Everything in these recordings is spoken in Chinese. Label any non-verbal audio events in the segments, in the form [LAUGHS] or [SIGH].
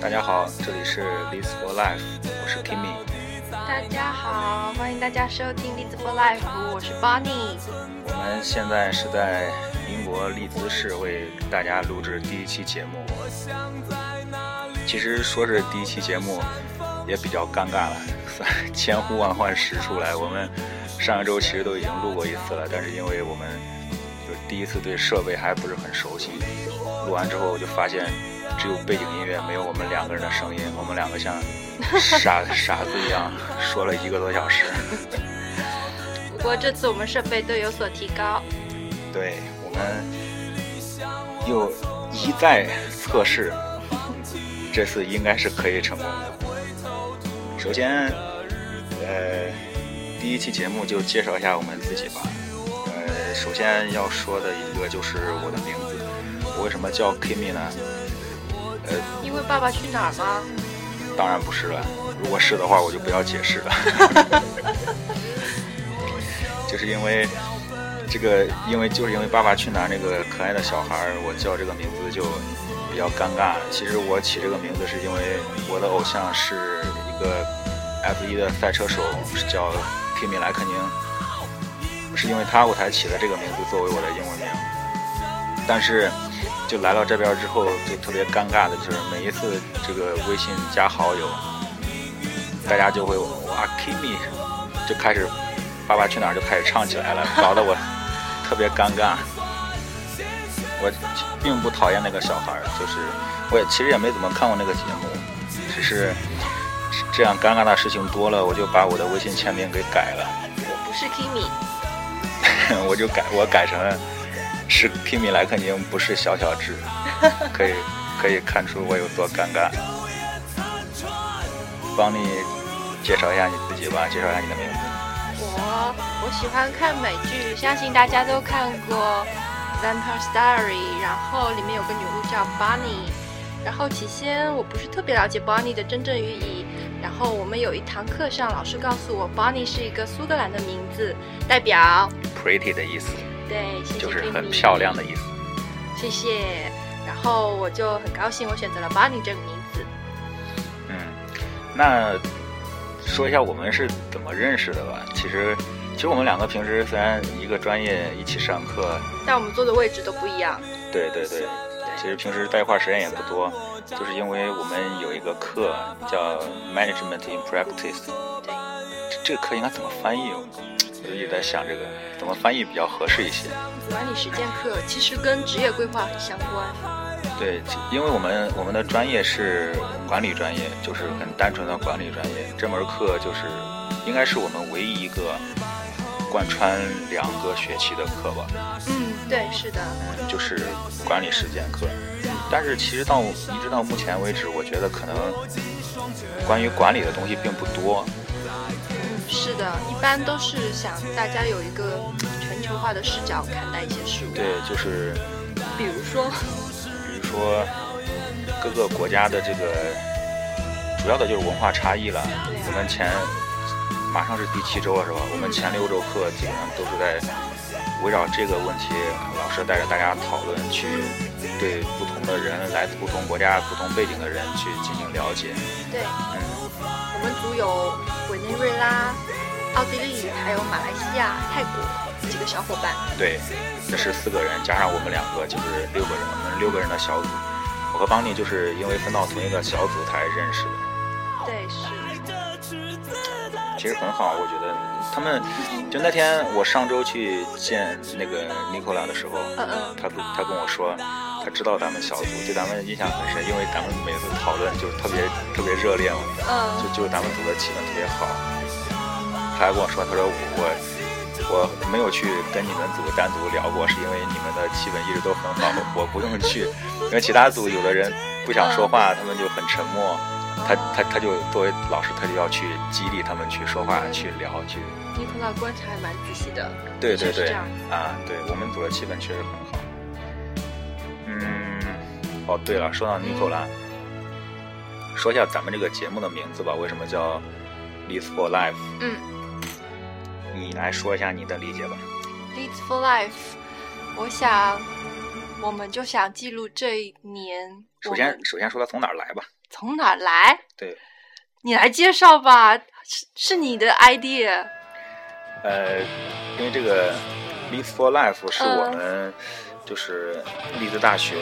大家好，这里是 l i s for Life，我是 Kimi。大家好，欢迎大家收听《栗子 for Life》，我是 Bonnie。我们现在是在英国利兹市为大家录制第一期节目。其实说是第一期节目，也比较尴尬了，算是千呼万唤始出来。我们上一周其实都已经录过一次了，但是因为我们就是第一次对设备还不是很熟悉，录完之后我就发现只有背景音乐，没有我们两个人的声音，我们两个像傻 [LAUGHS] 傻子一样说了一个多小时。不过这次我们设备都有所提高，对我们又一再测试，这次应该是可以成功的。首先，呃，第一期节目就介绍一下我们自己吧。呃，首先要说的一个就是我的名字，我为什么叫 Kimi 呢？呃，因为《爸爸去哪儿》吗？当然不是了，如果是的话，我就不要解释了。就是因为这个，因为就是因为《爸爸去哪儿》那个可爱的小孩儿，我叫这个名字就比较尴尬。其实我起这个名字是因为我的偶像是一个 F 1的赛车手，是叫 Kimi 莱克宁，是因为他我才起了这个名字作为我的英文名。但是就来到这边之后，就特别尴尬的就是每一次这个微信加好友，大家就会哇 Kimi 就开始《爸爸去哪儿》就开始唱起来了，搞得我特别尴尬。 [LAUGHS] 我并不讨厌那个小孩儿，就是我也其实也没怎么看过那个节目，只是这样尴尬的事情多了，我就把我的微信签名给改了。我不是 Kimi， [LAUGHS] 我就改我改成了是 Kimi 莱克宁，不是小小智，可以可以看出我有多尴尬。帮你介绍一下你自己吧，介绍一下你的名字。我我喜欢看美剧，相信大家都看过《Vampire Diary》，然后里面有个女巫叫 Bonnie。然后起先我不是特别了解 Bonnie 的真正寓意，然后我们有一堂课上，老师告诉我 Bonnie 是一个苏格兰的名字，代表 Pretty 的意思对，谢谢就是 Kimi 很漂亮的意思。谢谢。然后我就很高兴，我选择了 Bonnie 这个名字。嗯，那说一下我们是怎么认识的吧。其实，其实我们两个平时虽然一个专业一起上课，但我们坐的位置都不一样。对对对，其实平时在一块儿时间也不多，就是因为我们有一个课叫 Management in Practice，对，这这个课应该怎么翻译？哦我就一直在想这个怎么翻译比较合适一些。管理实践课其实跟职业规划很相关。对，其因为我们我们的专业是管理专业，就是很单纯的管理专业。这门课就是应该是我们唯一一个贯穿两个学期的课吧，嗯，对，是的。就是管理实践课。但是其实到一直到目前为止，我觉得可能关于管理的东西并不多。嗯，是的，一般都是想大家有一个全球化的视角看待一些事物。对，就是比如说， [LAUGHS] 比如说各个国家的这个主要的就是文化差异了。我们前马上是第七周了，是吧？我们前六周课基本上都是在围绕这个问题，老师带着大家讨论，去对不同的人、来自不同国家、不同背景的人去进行了解。对嗯，我们组有委内瑞拉、奥地利，还有马来西亚、泰国几个小伙伴。对，这是四个人加上我们两个就是六个人，我们六个人的小组。我和邦尼就是因为分到同一个小组才认识的。对，是。其实很好，我觉得他们就那天我上周去见那个 Nicola 的时候，嗯嗯，他他跟我说，他知道咱们小组，对咱们印象很深，因为咱们每次讨论就是特别特别热烈嘛，嗯，就就咱们组的气氛特别好。他还跟我说，他说我我我没有去跟你们组单独聊过，是因为你们的气氛一直都很好，我不用去，因为其他组有的人不想说话，他们就很沉默。他他他就作为老师，他就要去激励他们去说话、去聊、去尼古拉观察还蛮仔细的。对对就是对这样，啊，对我们组的气氛确实很好。嗯，哦对了，说到 Nicola，、说一下咱们这个节目的名字吧，为什么叫 Live for Life？嗯。你来说一下你的理解吧。 Leads for Life，我想，我们就想记录这一年首先，首先说他从哪儿来吧。从哪儿来？对，你来介绍吧，是是你的 idea。呃，因为这个 Leads for Life 是嗯我们就是利兹大学，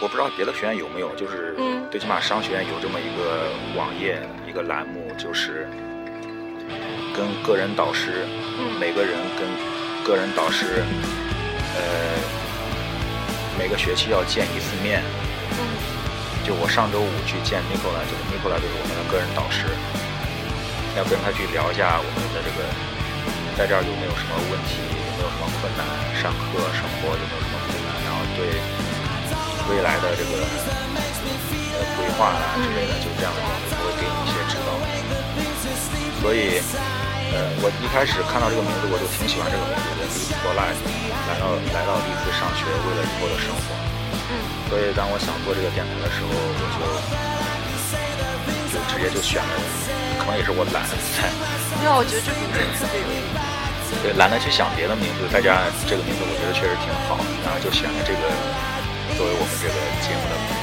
我不知道别的学院有没有，就是嗯最起码商学院有这么一个网页一个栏目，就是跟个人导师，嗯每个人跟个人导师，呃，每个学期要见一次面。嗯就我上周五去见 Nicola，就是 Nicola 就是我们的个人导师，要跟他去聊一下我们的这个在这儿有没有什么问题，有没有什么困难，上课生活有没有什么困难，然后对未来的这个呃规划啊之类的，就这样的东西会给你一些指导。所以，呃，我一开始看到这个名字，我就挺喜欢这个名字的 l e a d for Life，来到来到利兹上学，为了以后的生活。嗯所以当我想做这个电台的时候，我就就直接就选了，可能也是我懒 [LAUGHS] 得在没有，我觉得这名字特别有意思。对懒得去想别的名字，再加上这个名字我觉得确实挺好，然后就选了这个作为我们这个节目的名字。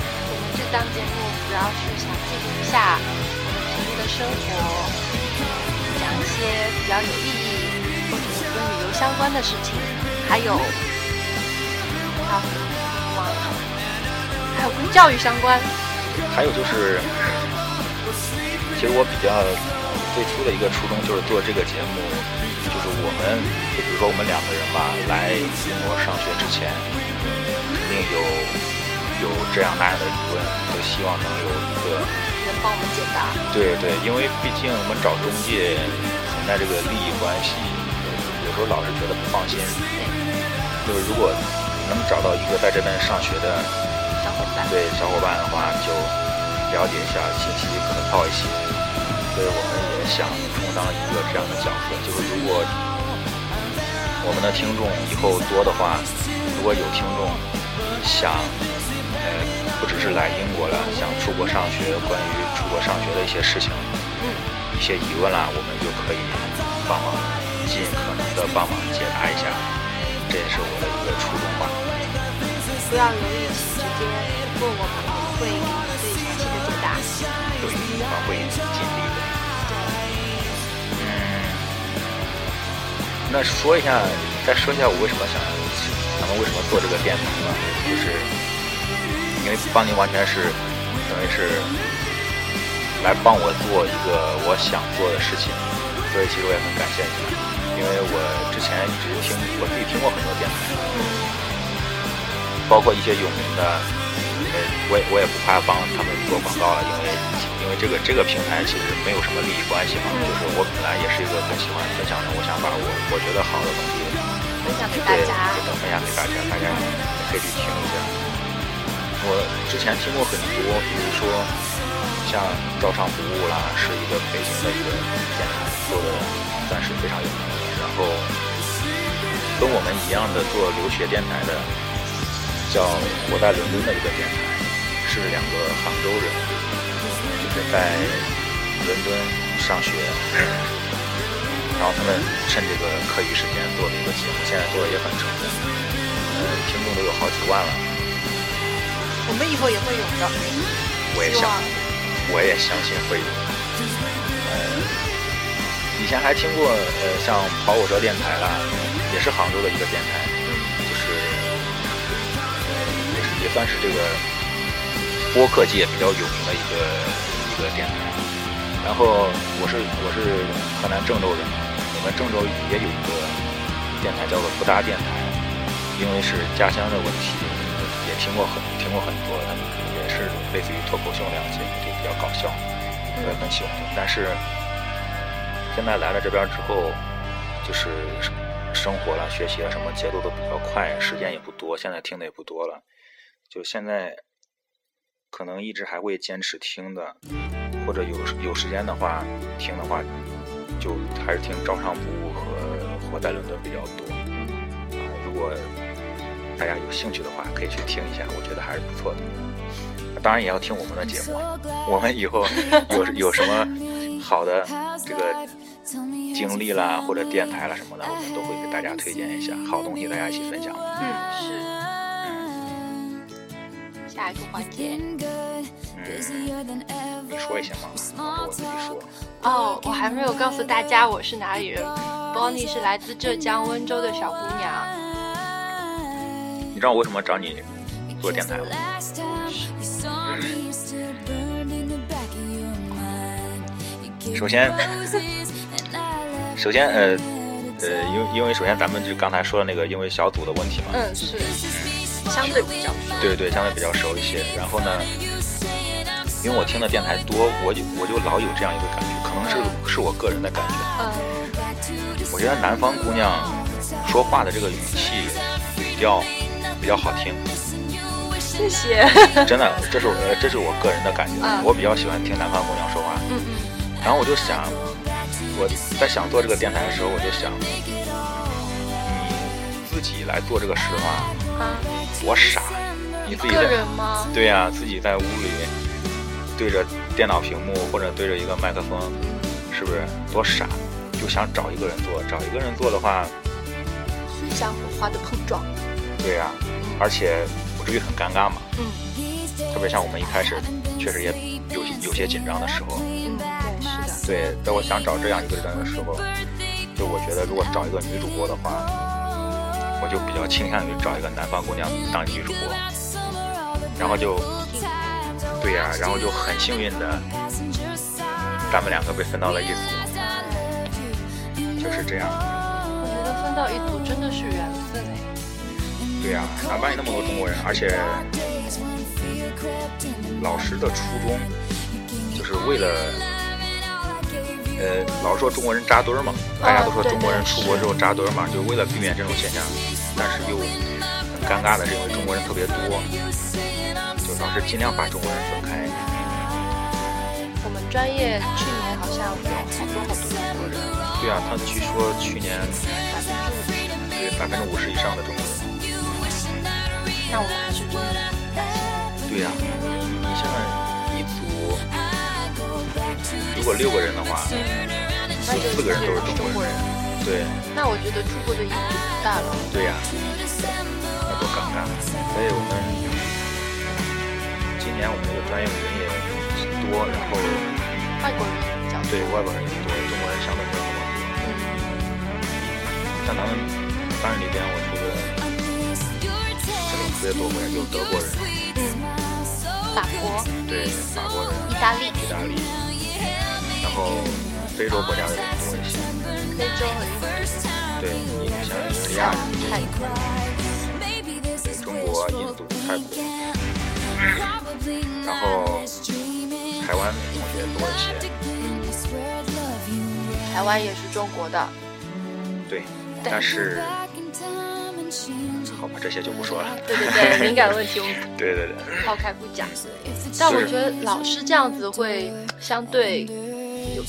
我们这档节目主要是想记录一下我们平日的生活，讲一些比较有意义或者是跟旅游相关的事情，还有还有什么吗？还有跟教育相关。还有就是，其实我比较最初的一个初衷就是做这个节目，就是我们就比如说我们两个人吧，来英国上学之前，肯定有有这样那样的疑问，都希望能有一个能帮我们解答。对对，因为毕竟我们找中介存在这个利益关系，有时候老是觉得不放心。就对，是如果能找到一个在这边上学的小伙伴，对小伙伴的话，就了解一下信息可靠一些。所以我们也想充当一个这样的角色，就是如果我们的听众以后多的话，如果有听众想，呃，不只是来英国了，想出国上学，关于出国上学的一些事情，哎嗯，一些疑问啦，我们就可以帮忙，尽可能的帮忙解答一下，这也是我的一个初衷吧。不要犹豫，请直接问我们，我们会给你最详细的解答。对，我们会尽力的。嗯，那说一下，再说一下我为什么想，咱们为什么做这个电台吧，就是因为邦尼完全是等于是来帮我做一个我想做的事情，所以其实我也很感谢你们，因为我之前一直听我自己听过很多电台，包括一些有名的，呃，我也我也不怕帮他们做广告了，因为因为这个这个平台其实没有什么利益关系嘛，就是我本来也是一个很喜欢分享的，我想把我我觉得好的东西，分享给对，大家。给分享给大家，大家也可以去听一下。我之前听过很多，比如说像《照常不误》啦，是一个北京的一个电台做的，算是非常有名的。然后跟我们一样的做留学电台的，叫我在伦敦的一个电台，是两个杭州人，就是在伦敦上学，然后他们趁这个课余时间做了一个节目，现在做的也很成功，呃，听众都有好几万了，我们以后也会有的，我也希想望，我也相信会有。呃，以前还听过呃，像跑火车电台啦，也是杭州的一个电台，就是呃，也是也算是这个播客界比较有名的一个一个电台。然后我是我是河南郑州人，我们郑州也有一个电台叫做不搭电台，因为是家乡的问题，也听过很听过很多，他们也是类似于脱口秀那样的节目，就比较搞笑，我也很喜欢听。但是现在来了这边之后，就是生活了、学习了什么节奏都比较快，时间也不多，现在听的也不多了。就现在可能一直还会坚持听的，或者有时有时间的话听的话，就还是听《照常不误》和《活在伦敦》比较多。啊，如果大家有兴趣的话，可以去听一下，我觉得还是不错的。当然也要听我们的节目啊，我们以后有有什么好的这个经历啦，或者电台啦什么的，我们都会给大家推荐一下好东西，大家一起分享。嗯，是。嗯，下一个环节。嗯，你说一下嘛，然后我自己说。哦，我还没有告诉大家我是哪里人。Bonnie 是来自浙江温州的小姑娘。你知道我为什么找你做电台吗？嗯首先，首先，呃，呃，因因为首先咱们就刚才说的那个，因为小组的问题嘛，嗯，是相对比较熟。对对，相对比较熟一些。然后呢，因为我听的电台多，我就我就老有这样一个感觉，可能是是我个人的感觉。嗯，我觉得南方姑娘说话的这个语气、语调比较好听，谢谢。真的，这是我呃这是我个人的感觉嗯，我比较喜欢听南方姑娘说话。嗯嗯，然后我就想，我在想做这个电台的时候，我就想，你自己来做这个事的话，啊，多傻！你自己个在人吗？对呀、自己在屋里对着电脑屏幕或者对着一个麦克风，是不是多傻？就想找一个人做，找一个人做的话，思想火花的碰撞。对呀、而且不至于很尴尬嘛。嗯特别像我们一开始确实也有些有些紧张的时候，嗯，对，是的。对，在我想找这样一个人的时候，就我觉得如果找一个女主播的话，我就比较倾向于找一个南方姑娘当女主播，然后就，对呀、然后就很幸运的，咱们两个被分到了一组，就是这样，我觉得分到一组真的是缘分哎。对呀、南方有那么多中国人，而且老师的初衷就是为了，呃，老说中国人扎堆儿嘛，大家都说对中国人对出国之后扎堆儿嘛，就为了避免这种现象，但是又很尴尬的是，因为中国人特别多，就老师尽量把中国人分开。我们专业去年好像有好多好多中国人，对啊，他据说去年百分之五对百分之五十。十以上的中国人。那我们还是真的很担心。对呀、你想想一组如果六个人的话，那就四个人都是中国人。对。那我觉得中国的意义不大了。对呀、那多尴尬！所以我们今年我们这个专业的人也多，然后外国人比较多。对外国人也多，中国人相对没有那么多。像咱们班里边，我觉得这种特别多国人，有德国人，嗯法国、对法国人、意大利、意大利，然后非洲国家的人多一些。非洲和印度。对，你像肯还有亚、泰国，中国、印度、泰国，然后台湾同学多一些。台湾也是中国的。对，但是好吧，这些就不说了。对对对，敏感问题我们对对对，抛开不讲。但我觉得老师这样子会相对有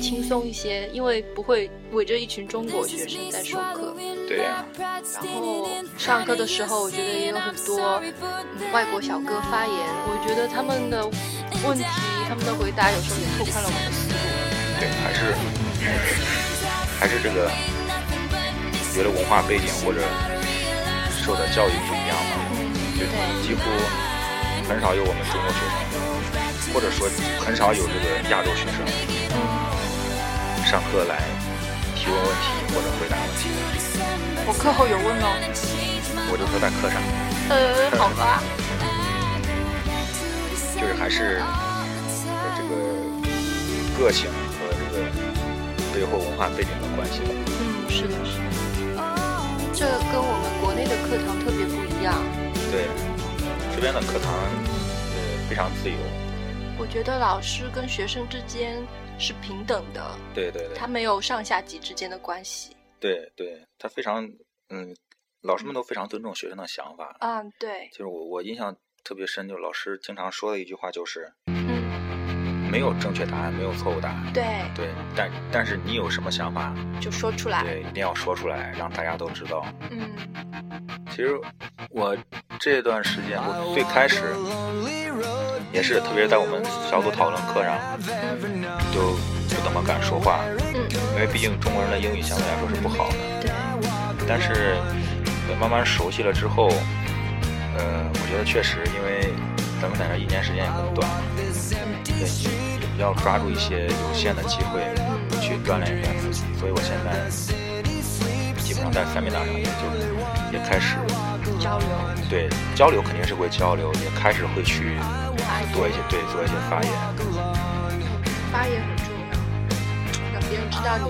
轻松一些，因为不会围着一群中国学生在授课。对呀、然后上课的时候，我觉得也有很多、嗯外国小哥发言，我觉得他们的问题、他们的回答有时候也拓宽了我们的思路。对，还是还是这个，觉得文化背景或者受的教育不一样嘛，就对几乎很少有我们中国学生，或者说很少有这个亚洲学生上课来提问问题或者回答问题。我课后有问哦。我就说在课上，呃，好吧。就是还是呃这个个性和这个背后文化背景的关系吧。嗯，是的，是的。这跟我们国内的课堂特别不一样。对，这边的课堂呃非常自由，我觉得老师跟学生之间是平等的，对对对他，没有上下级之间的关系。对对，他非常嗯，老师们都非常尊重学生的想法。嗯，对，就是我我印象特别深，就是老师经常说的一句话就是嗯，没有正确答案，没有错误答案。对，对，但但是你有什么想法，就说出来。对，一定要说出来，让大家都知道。嗯，其实我这段时间，我最开始也是，特别是在我们小组讨论课上，就不怎么敢说话，嗯，因为毕竟中国人的英语相对来说是不好的。对，但是呃慢慢熟悉了之后，呃，呃，我觉得确实，因为咱们在这一年时间也很短，对，要抓住一些有限的机会去锻炼一下自己。所以我现在基本上在 seminar 上也就也开始交流，对交流肯定是会交流，也开始会去做一些对做一些发言。发言很重要，让别人知道你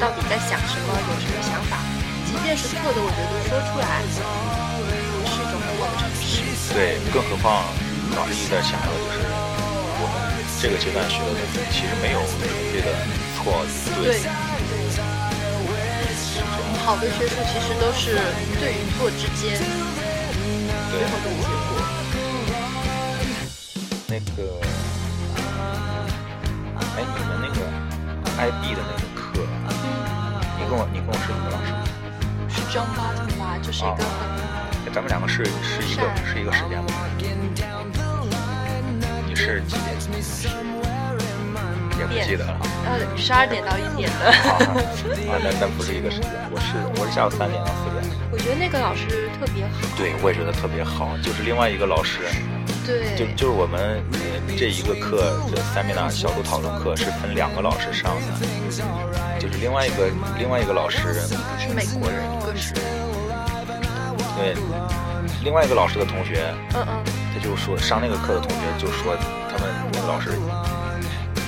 到底在想什么，有什么想法，即便是错的，我觉得说出来也是一种很好的尝试。对，更何况老师一直在强调的就是我们这个阶段学的东西，其实没有纯粹的错对。好的学术其实都是对与错之间最后的结果。那个。哎，你们那个 IB 的那个课，你跟我你跟我是一个老师吗？是 John Barton 吧，就是一个很。咱们两个是是一个是一个时间吗？你是几点？也不记得了。 [LAUGHS] 呃，十二点到一点的。啊，那那不是一个时间，我是我是下午三点到四点。我觉得那个老师特别好。对，我也觉得特别好，就是另外一个老师。对，就就是我们这一个课的 seminar 小组讨论课是分两个老师上的，就是另外一个另外一个老师是美国人，一个是对另外一个老师的同学，嗯嗯，他就说上那个课的同学就说他们那个老师，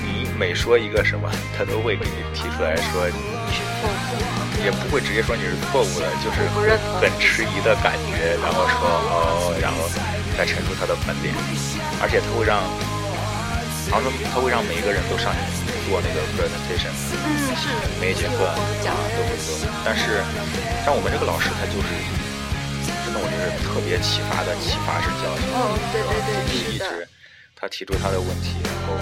你每说一个什么，他都会给你提出来说你是错误的，也不会直接说你是错误的，就是不认同，很迟疑的感觉，然后说哦，然后。来陈述他的观点，而且他会让，好像说他会让每一个人都上去做那个 presentation，嗯是，每一节课都会做。但是像我们这个老师，他就是真的，我觉得特别启发的启发式教育。哦，对对对，是一直他提出他的问题，然后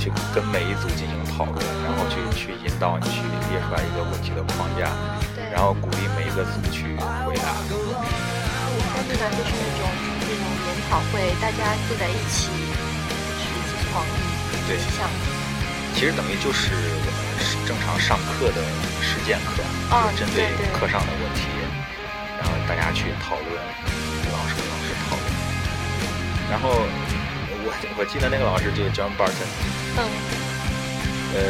去跟每一组进行讨论，然后去去引导你去列出来一个问题的框架，然后鼓励每一个组去回答。但是呢，就是那种。这种研讨会，大家坐在一起，去一起创意，对，想，其实等于就是我们正常上课的实践课，哦、就是针啊对课上的问题，然后大家去讨论，老师跟老师讨论。然后我我记得那个老师就是 John Barton，嗯，呃，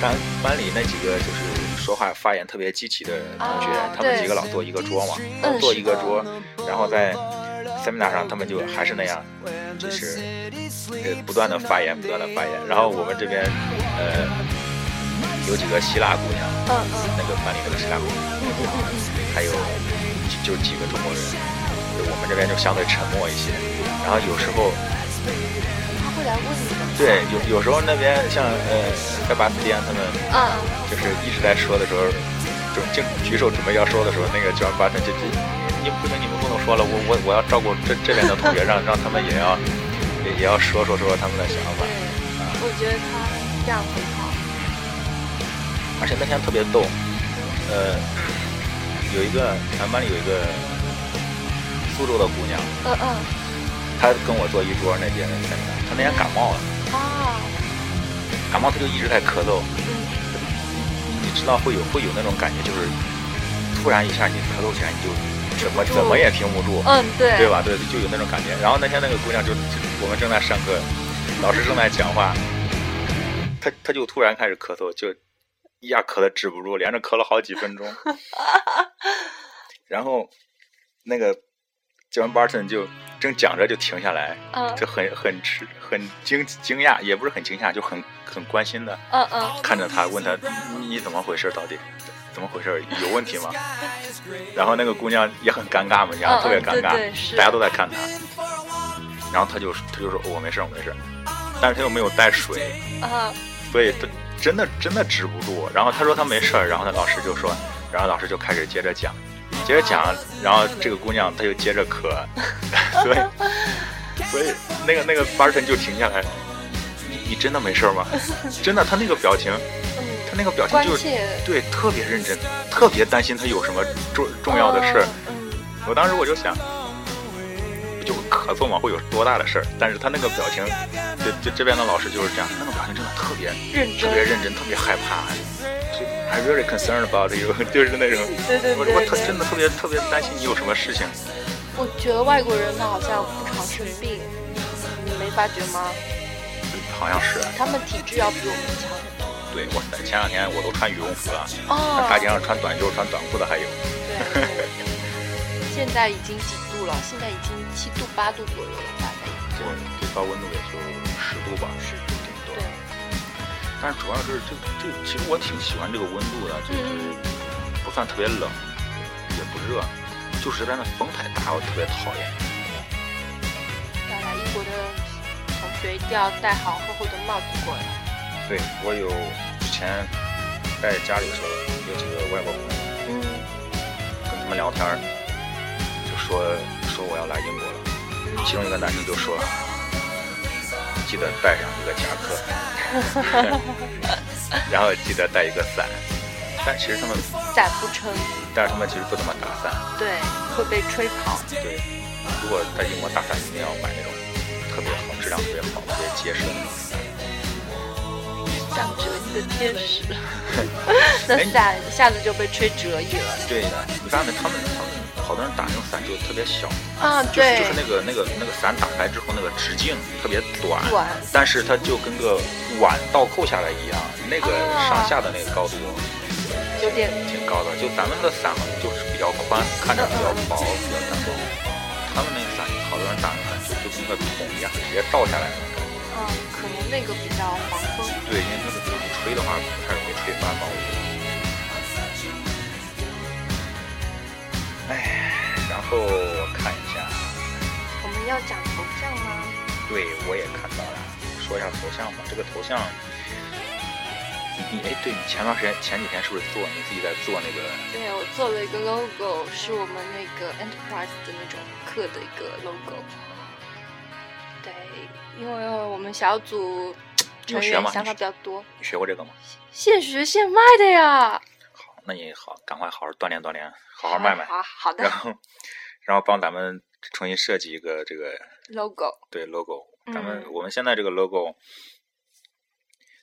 班班里那几个就是说话发言特别积极的同学，啊他们几个老坐一个桌嘛，嗯坐一个桌，然后在。seminar 上，他们就还是那样，就是呃不断的发言，不断的发言。然后我们这边呃有几个希腊姑娘，嗯嗯，那个班里那个希腊姑娘，还有就几个中国人，就我们这边就相对沉默一些。然后有时候他会来问你的，对有有时候那边像呃塞巴斯蒂安他们嗯嗯，就是一直在说的时候，就就举手准备要说的时候，那个居然发生这这，你不行，你们不能说了，我我我要照顾这这边的同学，让让他们也要也也要说说说他们的想法对。，嗯我觉得他这样很好，而且那天特别逗，呃，有一个咱们班里有一个苏州的姑娘，嗯嗯，她跟我坐一桌那节那个，她那天感冒了，啊，感冒她就一直在咳嗽，嗯，你知道会有会有那种感觉，就是突然一下你咳嗽起来，你就怎么怎么也停不住。嗯对，对？吧？对，就有那种感觉。然后那天那个姑娘就，就我们正在上课，老师正在讲话，她她就突然开始咳嗽，就一下咳的止不住，连着咳了好几 [LAUGHS] 分钟。然后那个 John Barton 就正讲着就停下来，嗯就很很吃很惊惊讶，也不是很惊讶，就很很关心的嗯嗯，看着他，问他你怎么回事？到底怎么回事？有问题吗？然后那个姑娘也很尴尬嘛，然后特别尴尬，嗯嗯对对是大家都在看她。然后她就她就说、我没事，我没事。但是她又没有带水，啊，所以她真的真的止不住。然后她说她没事儿，然后那老师就说，然后老师就开始接着讲，接着讲，然后这个姑娘她就接着咳， [LAUGHS] 所以所以那个那个班神就停下来，你你真的没事儿吗？真的，她那个表情。嗯，他那个表情关就是切，对特别认真，特别担心他有什么重重要的事儿。嗯，我当时我就想，不就咳嗽嘛，会有多大的事儿？但是他那个表情，就就这边的老师就是这样，那个表情真的特别认特别真，认真，特别害怕。就 I [LAUGHS] really concerned about you，就是那种，对对我对我特对真的特别特别担心你有什么事情。我觉得外国人他好像不常生病，你没发觉吗？好像是。他们体质要比我们强。对，哇塞！前两天我都穿羽绒服了，那，哦大街上穿短袖、穿短裤的还有。对。对现在已经几度了？现在已经七度八度左右了，大概已经对，最高温度也就十度吧，是度顶多。对。但是主要是这这，其实我挺喜欢这个温度的，就是嗯不算特别冷，也不热，就是这边的风太大，我特别讨厌。要来英国的同学一定要戴好厚厚的帽子过来。对我有之前在家里的时候，有几个外国朋友嗯跟他们聊天儿，就说说我要来英国了，其中一个男生就说，记得带上一个夹克， [LAUGHS] 然后记得带一个伞，但其实他们，伞不撑，但是他们其实不怎么打伞。对，会被吹跑。对，如果在英国打伞，一定要买那种特别好、质量特别好、特别结实的那种伞。像折翼的天 [LAUGHS] 使，哎那伞一下子就被吹折翼了。对的，你发现没？他们他们好多人打那种伞就特别小，啊，就是对就是，那个那个那个伞打开之后那个直径特别短，短但是它就跟个碗倒扣下来一样，那个啊上下的那个高度有点挺高的。就咱们的伞好像就是比较宽，看着比较薄，比较单薄。他们那个伞，好多人打那个伞就就跟个桶一样，直接倒下来了。嗯，可能那个比较防风。对，因为那个风吹的话，太容易吹翻毛衣。哎，然后我看一下，啊我们要讲头像吗？对我也看到了，说一下头像吧。这个头像，你哎，对你前段时间前几天是不是做你自己在做那个？对，我做了一个 logo，是我们那个 enterprise 的那种课的一个 logo。对，因为我们小组你有成学员吗想法比较多，你学过这个吗？现学现卖的呀。好，那你好，赶快好好锻炼锻炼，好好卖卖，好好的然后然后帮咱们重新设计一个这个 logo，对 logo，嗯咱们、我们现在这个 logo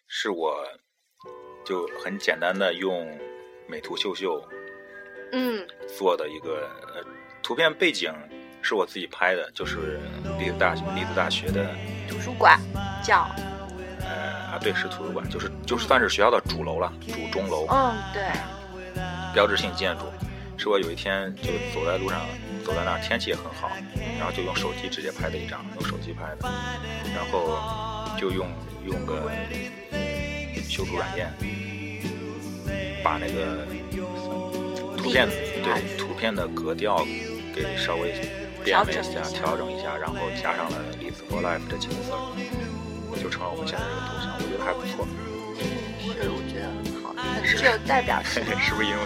是我就很简单的用美图秀秀嗯做的一个呃图片背景是我自己拍的，就是利兹大利兹大学的图书馆叫，呃啊对是图书馆，就是就是算是学校的主楼了，主钟楼嗯对，标志性建筑，是我有一天就走在路上，走在那儿天气也很好，然后就用手机直接拍的一张，用手机拍的，然后就用用个修图软件，把那个图片对图片的格调给稍微变了一下调整一，下调整一下，然后加上了 “live for life” 这几个字儿，就成了我们现在这个头像，我觉得还不错。是我觉得很好，很具有代表性。 [LAUGHS] 是不是因为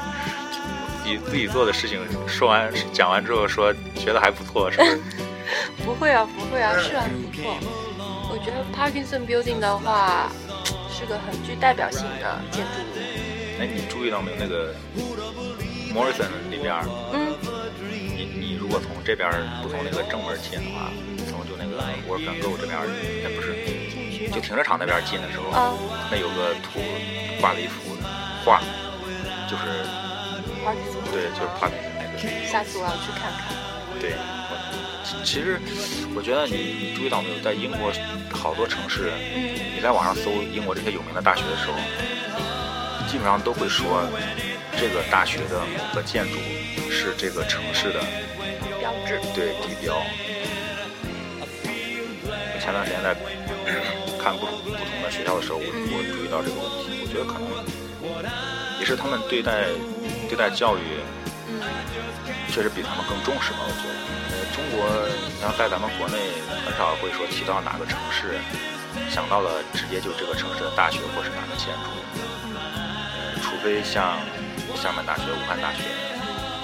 自己自己做的事情说完讲完之后说觉得还不错，是不是？不会啊，不会啊，是很不错。我觉得 Parkinson Building 的话，是个很具代表性的建筑物。哎，你注意到没有那个 Morrison 里边儿，嗯，你你如果从这边儿不从那个正门进的话，从就那个 Work and Go 这边儿，哎不是，就停车场那边儿进的时候，啊那有个图挂了一幅画，就是，Parkinson，对，就是 Parkinson 那个。下次我要去看看。对，我其实我觉得你你注意到没有，在英国好多城市，嗯，你在网上搜英国这些有名的大学的时候，基本上都会说这个大学的某个建筑是这个城市的标志。对地标。我前段时间在 [CLEARS THROAT] 看不不同的学校的时候，我我注意到这个问题，我觉得可能也是他们对待对待教育嗯，确实比他们更重视吧，我觉得。呃，中国，你像在咱们国内，很少会说提到哪个城市，想到了直接就这个城市的大学或是哪个建筑，呃，除非像厦门大学、武汉大学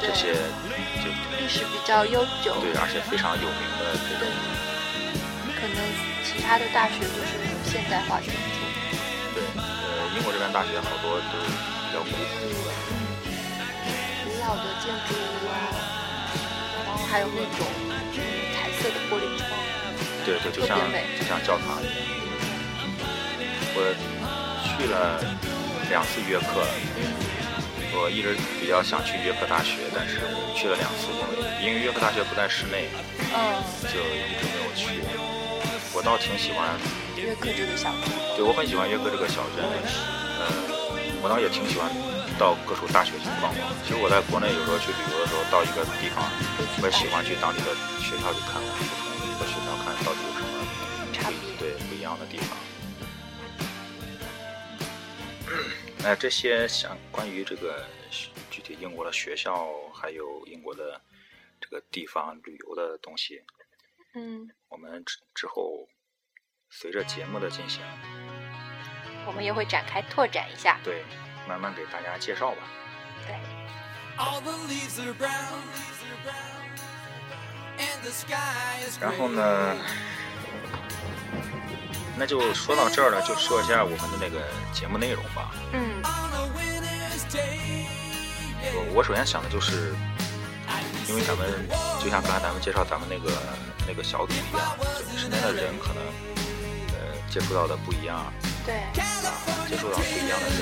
这些，就历史比较悠久，对，而且非常有名的这种，可能其他的大学都是那种现代化建筑。对，呃，英国这边大学好多都比较古朴的，古老的建筑物啊，然后还有那种彩色的玻璃窗。对对，就像特别美就像教堂一样。我去了两次约克了。嗯，我一直比较想去约克大学，但是去了两次，因为因为约克大学不在室内，嗯，就一直没有去。我倒挺喜欢，嗯约克这个小镇，对我很喜欢约克这个小镇，呃，我倒也挺喜欢到各处大学去逛逛。其实我在国内有时候去旅游的时候，到一个地方，我也喜欢去当地的学校去看看，不同一个学校看到底有什么差别。对不一样的地方。那这些像关于这个学具体英国的学校，还有英国的这个地方旅游的东西，嗯，我们之之后随着节目的进行，我们也会展开拓展一下。对，慢慢给大家介绍吧。对， All the leaves are brown, and the sky is 然 gray. 后呢，那就说到这儿了，就说一下我们的那个节目内容吧。嗯， On a winter's day, 我我首先想的就是，因为咱们就像刚才咱们介绍咱们那个那个小组一样，就身边的人可能呃接触到的不一样，啊对，接触到不一样的人。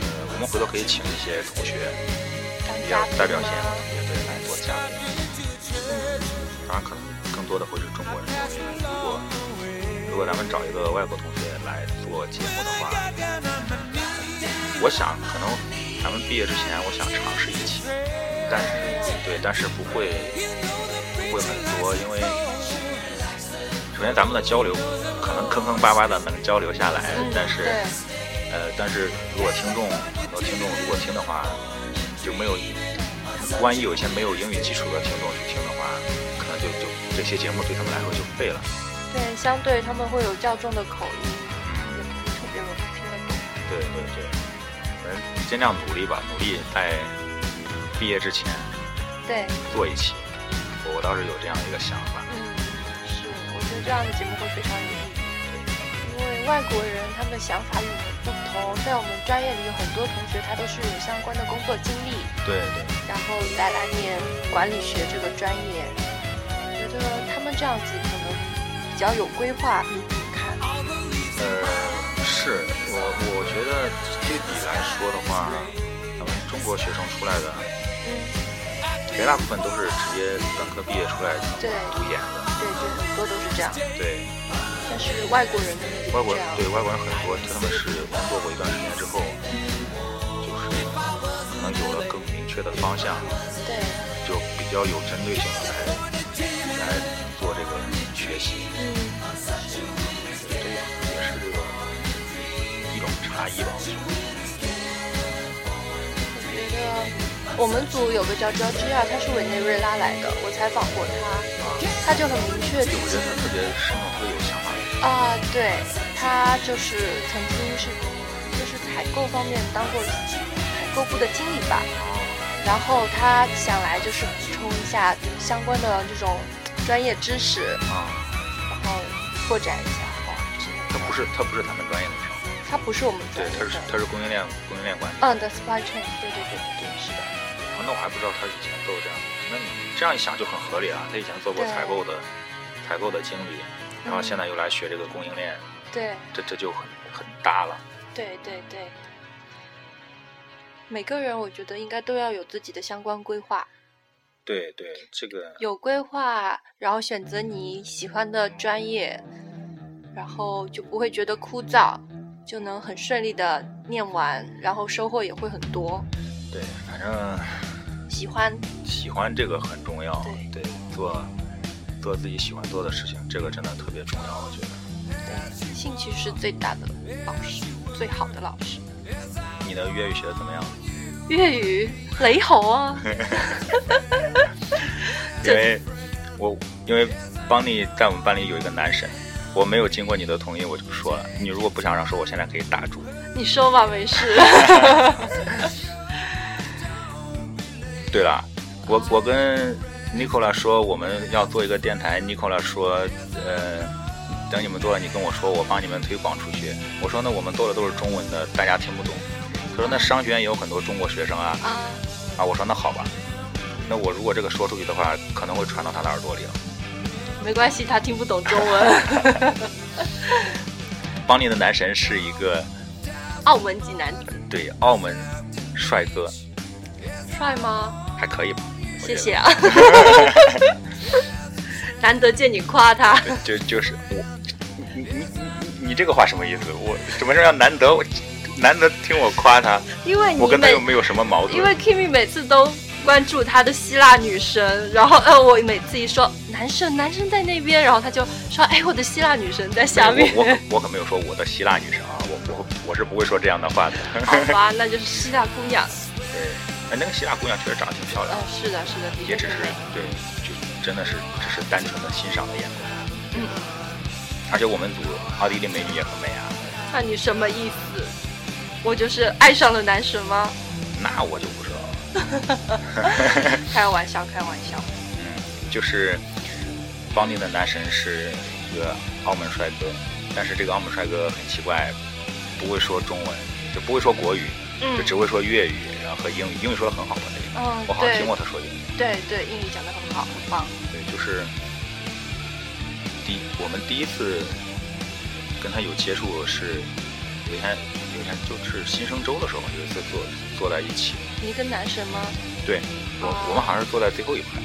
呃，我们回头可以请一些同学，嗯也要代啊表一些同学对来做嘉宾。当然，可能更多的会是中国人，因为如果如果咱们找一个外国同学来做节目的话，我想可能咱们毕业之前，我想尝试一期，但是对，但是不会不会很多，因为首先咱们的交流可能坑坑巴巴的能交流下来，但是。嗯对，呃，但是如果听众很多听众如果听的话，就没有，呃万一有一些没有英语基础的听众去听的话，可能就就这些节目对他们来说就废了。对，相对他们会有较重的口音，也不是特别容易听得懂。对对对，反正尽量努力吧，努力在毕业之前对，做一期。我倒是有这样一个想法。嗯，是，我觉得这样的节目会非常有意义，因为外国人他们的想法与我们不同，在我们专业里有很多同学他都是有相关的工作经历，对对然后再来念管理学这个专业，我觉得他们这样子可能比较有规划，比比看， all the leaves 呃，是我我觉得对比来说的话，咱们中国学生出来的嗯，绝大部分都是直接本科毕业出来对读研的。对对，很多都是这样，对，但是外国人他外们也不国这人样，对外国人很多，他们是工作过一段时间之后，就是可能有了更明确的方向，对，就比较有针对性的来来做这个学习，嗯。这个也是这个一种差异吧。我觉得觉得我们组有个叫 Georgia，他是委内瑞拉来的，我采访过他，他就很明确地我觉得他特别生动，特别有想法。啊、对他就是曾经是就是采购方面当过采购部的经理吧，然后他想来就是补充一下相关的这种专业知识，啊，然后拓展一下。哦真的他不是他不是咱们专业的学生，他不是我们组对，他啊的是，他是供应链供应链管理。嗯的 supply chain，对对对对对，是的，啊那我还不知道他以前都有这样。那你这样一想就很合理啊，他以前做过对采购的采购的经理，然后现在又来学这个供应链，对。这这就很很搭了。对对对，每个人我觉得应该都要有自己的相关规划，对对，这个有规划，然后选择你喜欢的专业，然后就不会觉得枯燥，就能很顺利的念完，然后收获也会很多。对，反正喜欢，喜欢这个很重要。对对，做做自己喜欢做的事情，这个真的特别重要，我觉得。对，兴趣是最大的老师，最好的老师。你的粤语学的怎么样？粤语雷猴啊，因为我因为邦尼在我们班里有一个男神，我没有经过你的同意我就不说了。你如果不想让说，我现在可以打住。你说吧，没事。 [LAUGHS] 对了，我我跟 Nicola 说我们要做一个电台，Nicola 说，呃，等你们做了，你跟我说，我帮你们推广出去。我说那我们做的都是中文的，大家听不懂。他说那商学院也有很多中国学生啊啊，啊！我说那好吧，那我如果这个说出去的话，可能会传到他的耳朵里了。没关系，他听不懂中文。邦尼的男神是一个 [LAUGHS] 澳门籍男子，对，澳门帅哥帅吗？还可以吧？我觉谢得谢。啊， [LAUGHS] 难得见你夸他， [LAUGHS] 就就是我，你你你你你这个话什么意思？我什么时候要难得我难得听我夸他？因为我哎你跟他每又没有什么矛盾。因为 Kimi 每次都关注他的希腊女神，然后 [LAUGHS] 呃，我每次一说男神男神在那边，然后他就说哎，我的希腊女神在下面。我我可我可没有说我的希腊女神啊，我我我是不会说这样的话的。 [LAUGHS] 好吧，那就是希腊姑娘。对，哎，那个希腊姑娘确实长得挺漂嗯、亮的，是的，是的，的也确只是美。对，就真的是只是单纯的欣赏的眼光。嗯，而且我们组奥地利美女也很美啊，那你什么意思？我就是爱上了男神吗？那我就不知道了。开玩笑，开玩笑。嗯，就是邦尼的男神是一个澳门帅哥，但是这个澳门帅哥很奇怪，不会说中文，就不会说国语，就嗯只会说粤语，然后和英语，英语说的很好吧？那个，嗯我，好像听对过他说英语。对对，英语讲的很好，很棒。对，就是第我们第一次跟他有接触是有一天有一天就是新生周的时候，有一次坐坐在一起，你跟男神吗？对我哦我们好像是坐在最后一排，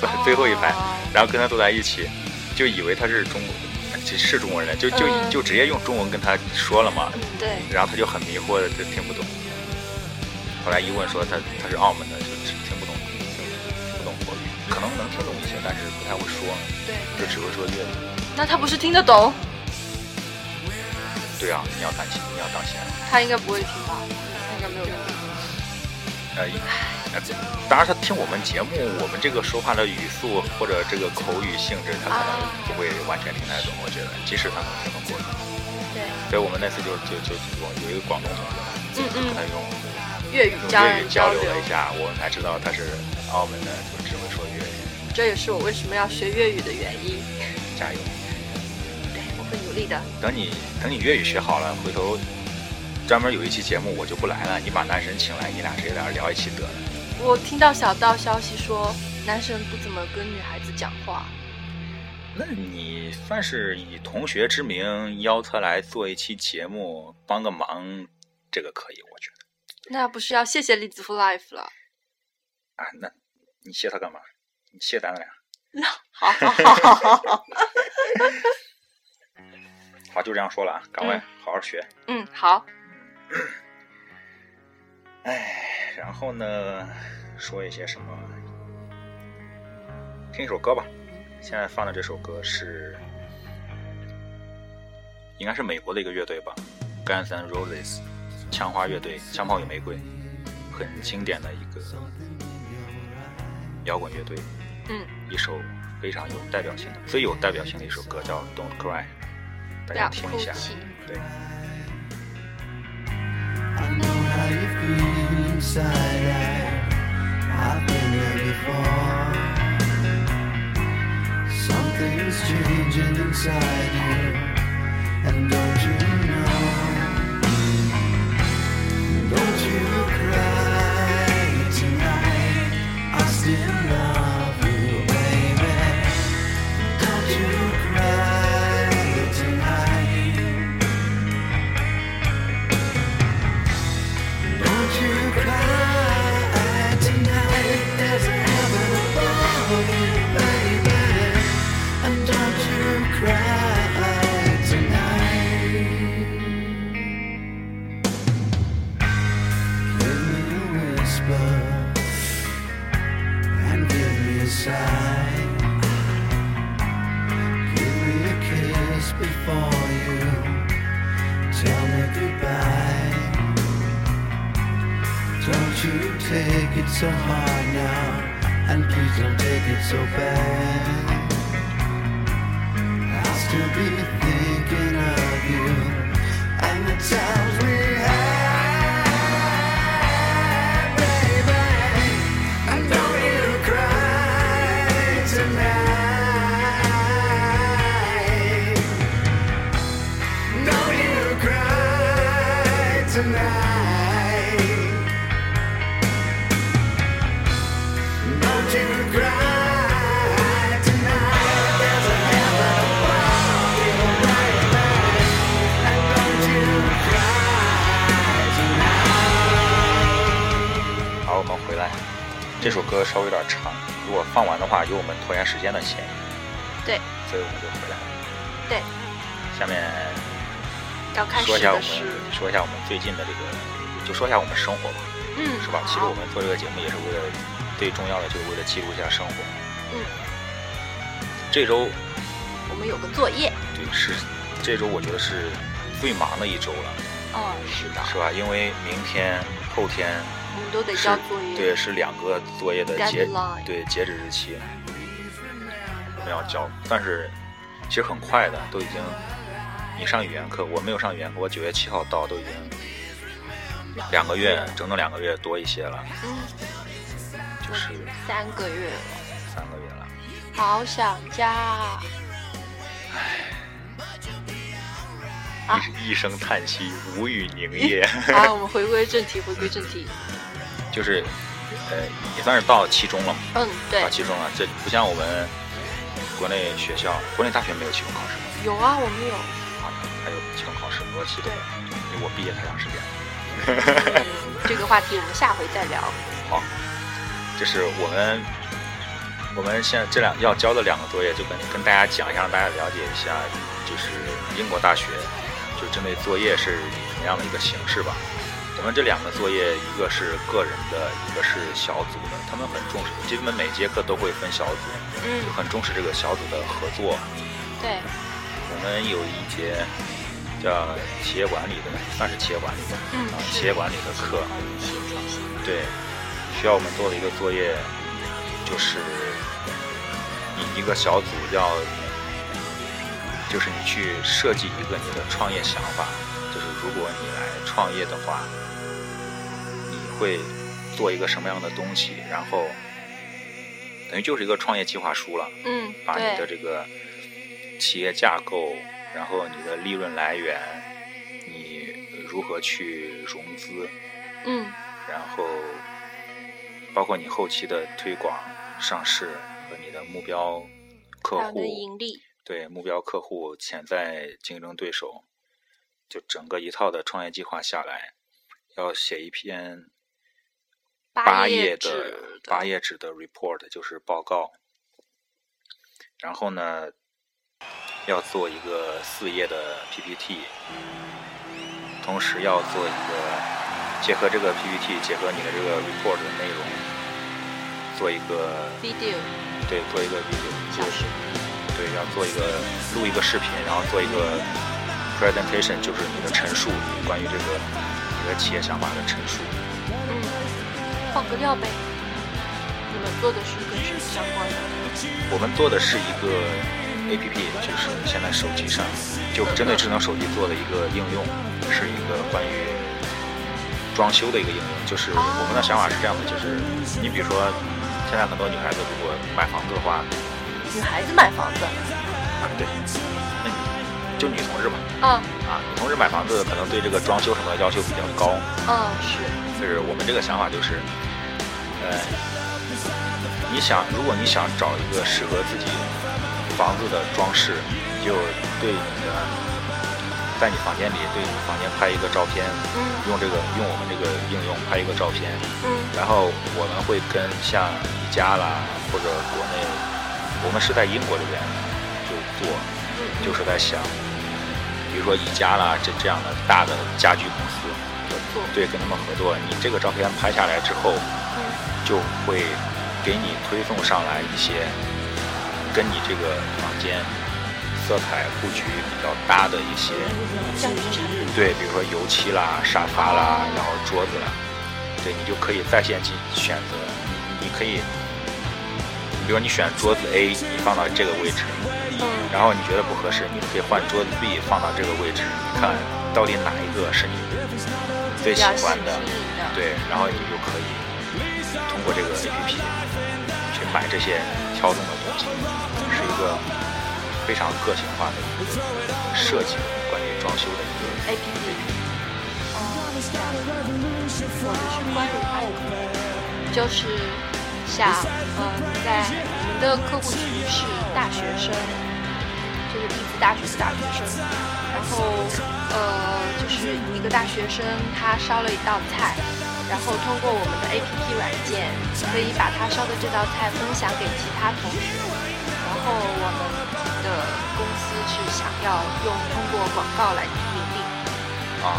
坐在 [LAUGHS] 最后一排，哦然后跟他坐在一起，就以为他是中国。其实是中国人，就就嗯就直接用中文跟他说了嘛，对，然后他就很迷惑的，就听不懂。后来一问说他他是澳门的，就只听不懂，听不懂国语，可能能听懂一些，但是不太会说。对就只会说粤语。那他不是听得懂？对啊，你要担心，你要当心。他应该不会听吧？他应该没有用。呃，一呃当然他听我们节目，我们这个说话的语速或者这个口语性质，他可能啊不会完全听得懂。我觉得，即使他能听懂国语，对，所以我们那次就就就我有一个广东同学，嗯嗯跟他用粤语用交粤语流交流了一下，我们才知道他是澳门的，就只会说粤语。这也是我为什么要学粤语的原因。加油！对，我会努力的。等你等你粤语学好了，回头专门有一期节目我就不来了，你把男神请来，你俩直接俩人聊一期得了。我听到小道消息说，男神不怎么跟女孩子讲话。那你算是以同学之名邀他来做一期节目，帮个忙，这个可以，我觉得那不是要谢谢栗子 for life 了？啊，那你谢他干嘛？你谢咱俩？好好 [LAUGHS] 好好好好，好，就这样说了啊，赶快好好学。嗯，好，哎，然后呢，说一些什么？听一首歌吧。现在放的这首歌是，应该是美国的一个乐队吧，Guns N' Roses，枪花乐队，枪炮与玫瑰，很经典的一个摇滚乐队。嗯，一首非常有代表性的、最有代表性的一首歌叫《Don't Cry》，大不家要听哭一下。泣。对， I know how you feel inside out. I've been there before. Something's changing inside you, and don't you know? Don't you cry tonight. I still love you, baby. Don't you cry tonight. Don't you cry tonight. There's heaven above you, baby. And don't you cry tonight. Give me a whisper and give me a sigh. Give me a kiss before you tell me goodbye. Don't you take it so hard now, and please don't take it so bad. I'll still be thinking of you and the times we had, baby. And don't you cry tonight. Don't you cry tonight. Don't you cry tonight. There's a heaven above you, 得稍微有点长，如果放完的话，有我们拖延时间的嫌疑。对，所以我们就回来了。对，下面要开说始一下我的们是，说一下我们最近的这个，就说一下我们生活吧，嗯，是吧？其实我们做这个节目也是为了，最重要的就是为了记录一下生活。嗯。这周好我们有个作业，对是，这周我觉得是最忙的一周了，哦嗯，是的，是吧？因为明天、后天我们都得是交作业，对，是两个作业的截 Deadline 对截止日期，我们要交。但是其实很快的，都已经你上语言课，我没有上语言课，我九月七号到，都已经两个月，整整两个月多一些了，嗯，嗯就是三个月了，三个月了。好想家啊，啊一一声叹息，无语凝 [LAUGHS] 噎。好，我们回归正题，回归正 [LAUGHS] 题，就是，呃，也算是到期中了嘛，嗯，对到，期中了。这不像我们国内学校，国内大学没有期中考试。有啊，我们有， [LAUGHS] 啊，还有期中考试，我记得对，因为我毕业太长时间了。嗯这个话题我们下回再聊，好，就是我们我们现在这两要交的两个作业，就跟跟大家讲一下，让大家了解一下，就是英国大学就针对作业是以什么样的一个形式吧。我们这两个作业，一个是个人的，一个是小组的，他们很重视，基本每节课都会分小组，嗯就，很重视这个小组的合作。对，我们有一节叫企业管理的，算是企业管理的，嗯啊，是企业管理的课，是的是的对，需要我们做的一个作业就是你一个小组要，就是你去设计一个你的创业想法，就是如果你来创业的话，你会做一个什么样的东西，然后等于就是一个创业计划书了。嗯，把你的对，这个企业架构，然后你的利润来源，你如何去融资，嗯，然后包括你后期的推广、上市和你的目标客还有你的户，盈利，对目标客户、潜在竞争对手，就整个一套的创业计划下来，要写一篇八页页纸的八页纸的 report，就是报告。然后呢，要做一个四页的 PPT，同时要做一个结合这个 PPT，结合你的这个 report 的内容，做一个 video 对做一个 video，小视对要做一个录一个视频，然后做一个 presentation，就是你的陈述，关于这个你的企业想法的陈述。嗯，放个料呗。你们做的是跟什么相关的？我们做的是一个 A P P，就是现在手机上就针对智能手机做的一个应用，是一个关于装修的一个应用。就是我们的想法是这样的，就是你比如说，现在很多女孩子如果买房子的话，啊女孩子买房子，对，那你就女同志嘛，嗯啊，女同志买房子可能对这个装修什么的要求比较高，嗯是，就是我们这个想法就是，呃，你想，如果你想找一个适合自己房子的装饰，你就对你的，在你房间里对你房间拍一个照片，嗯用这个用我们这个应用拍一个照片，嗯然后我们会跟像宜家啦或者国内，我们是在英国这边就做，嗯就是在想，比如说宜家啦这这样的大的家居公司，合作，对，跟他们合作，你这个照片拍下来之后，嗯就会给你推送上来一些跟你这个房间色彩布局比较搭的一些，家居产品，对，比如说油漆啦、沙发啦，然后桌子啦，对你就可以在线进行选择，你你可以，比如说你选桌子 A，你放到这个位置，嗯然后你觉得不合适，你可以换桌子 B 放到这个位置，看到底哪一个是你最比喜较欢吸的。引的，对，然后你就可以通过这个 APP 去买这些挑中的东西，是一个非常个性化的一个设计，关于装修的一 A P P。哦是这样我的是关于爱的，就是想，呃嗯，在我们的客户群是大学生，就是一自大学的大学生，然后呃，就是一个大学生他烧了一道菜，然然后通过我们的 APP 软件，可以把它烧的这道菜分享给其他同学。然后我们的公司是想要用通过广告来盈利。啊，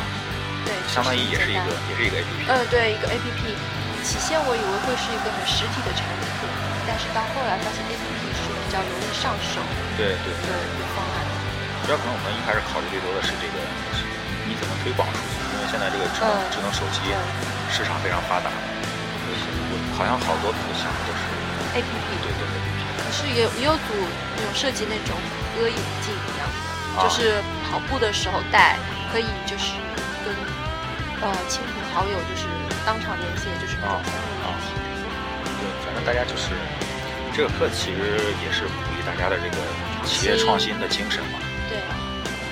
对，相当于也是一个就是也是一个 APP。呃，对，一个 APP。起先我以为会是一个很实体的产品，但是到后来发现 APP 是比较容易上手对对的一个方案。主要可能我们一开始考虑最多的是这个，是你怎么推广出去？因为现在这个智能、嗯智能手机嗯市场非常发达，就是我好像好多品项都是 APP 对对对可是也也有组有设计那种歌引进一样的，啊就是跑步的时候带，可以就是跟呃亲朋好友就是当场连线，就是那种啊三六一体对，反正大家就是这个课其实也是鼓励大家的这个企业创新的精神嘛，对，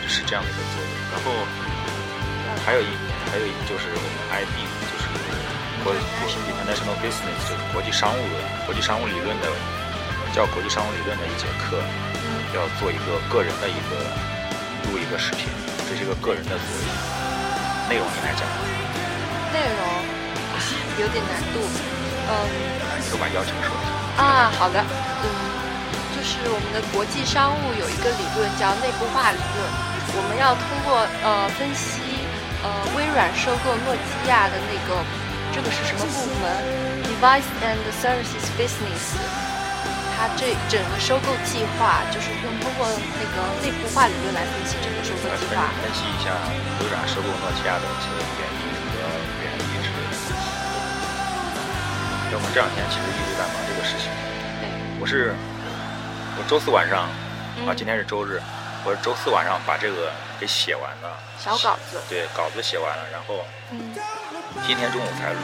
就是这样的一个作用。然后还有一还有一个就是我们 IB，就是国国 International Business，就是国际商务的国际商务理论的叫国际商务理论的一节课，嗯，要做一个个人的一个录一个视频，这是一个个人的作业。内容你来讲，内容 [LAUGHS] 啊有点难度，嗯。都把邀请说一下。啊，好的，嗯，就是我们的国际商务有一个理论叫内部化理论，我们要通过呃分析呃微软收购诺基亚的那个这个是什么部门，Device and Services Business，它这整个收购计划就是用通过那个内部化理论来分析整个收购来计分划。分析一下微软收购诺基亚的一些原因和原因之类的。因为我们这两天其实一直在忙这个事情。对，我是我周四晚上啊，嗯今天是周日，我是周四晚上把这个给写完了，小稿子，对，稿子写完了，然后嗯今天中午才录，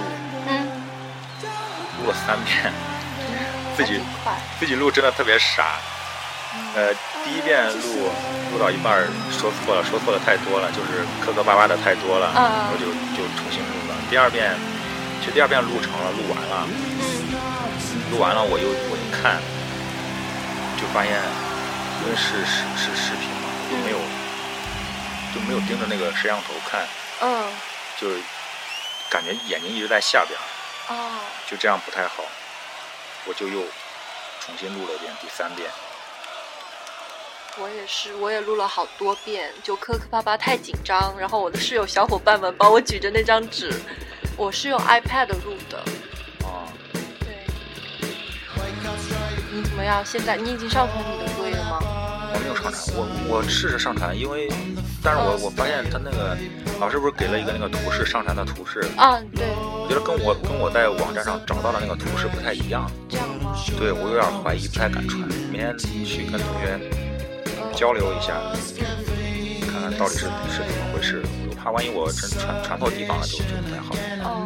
嗯，录了三遍，自还己挺嗯快，自己录真的特别傻。嗯哦呃，第一遍录录到一半儿说错了，说错了太多了，就是磕磕巴巴的太多了，嗯我就就重新录了。第二遍，其实第二遍录成了，录完了，嗯，录完了我又我一看，就发现因为是是是视频嘛，就没有就没有盯着那个摄像头看，嗯，就是感觉眼睛一直在下边儿，哦，就这样不太好，我就又重新录了一遍，第三遍。我也是，我也录了好多遍，就磕磕巴巴太紧张，然后我的室友小伙伴们帮我举着那张纸，我是用 iPad 录的。啊，对，你怎么样？现在你已经上传你的作业吗？我没有上传，我我试着上传，因为，但是我我发现他那个老师不是给了一个那个图示上传的图示，啊，对，我觉得跟我跟我在网站上找到的那个图示不太一样，这样吗？对我有点怀疑，不太敢传。明天去跟同学嗯，交流一下，看看到底是是怎么回事。我怕万一我真传传错地方了就，就不太好。哦，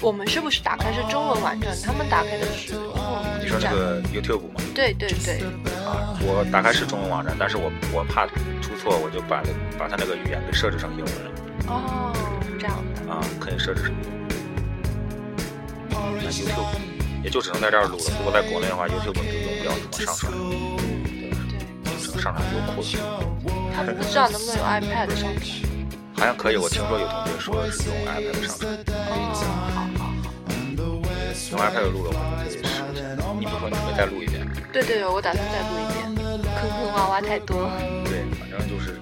我们是不是打开是中文网站？他们打开的是中文网你说那站。个 YouTube 吗？对对对，啊，我打开是中文网站，但是我我怕出错，我就把那把它那个语言给设置成英文了。哦，这样的，啊，可以设置什么？那 YouTube 也就只能在这儿录了。如果在国内的话，YouTube 就用不了怎么上传，对对，只能上传优酷了。他们不知道能不能有 iPad 上传。好像可以，我听说有同学说是用 iPad 上传，哦，好好好。用 iPad 录的话就可以试一下。你不是说你会再录一遍？对对，我打算再录一遍，坑坑洼洼太多了。对，反正就是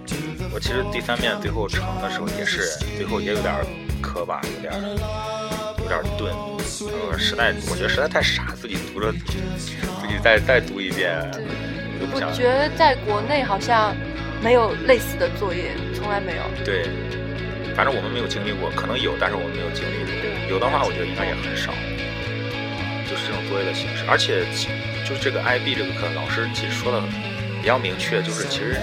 我其实第三遍最后成的时候也是，最后也有点磕巴，有点有点顿。呃，实在我觉得实在太傻，自己读着自己再再读一遍，我对，嗯就不我想觉得在国内好像没有类似的作业，从来没有。对，反正我们没有经历过，可能有，但是我们没有经历过。对有的话，我觉得应该也很少，就是这种作业的形式。而且其，就是这个 IB 这个课，老师其实说的比较明确，就是其实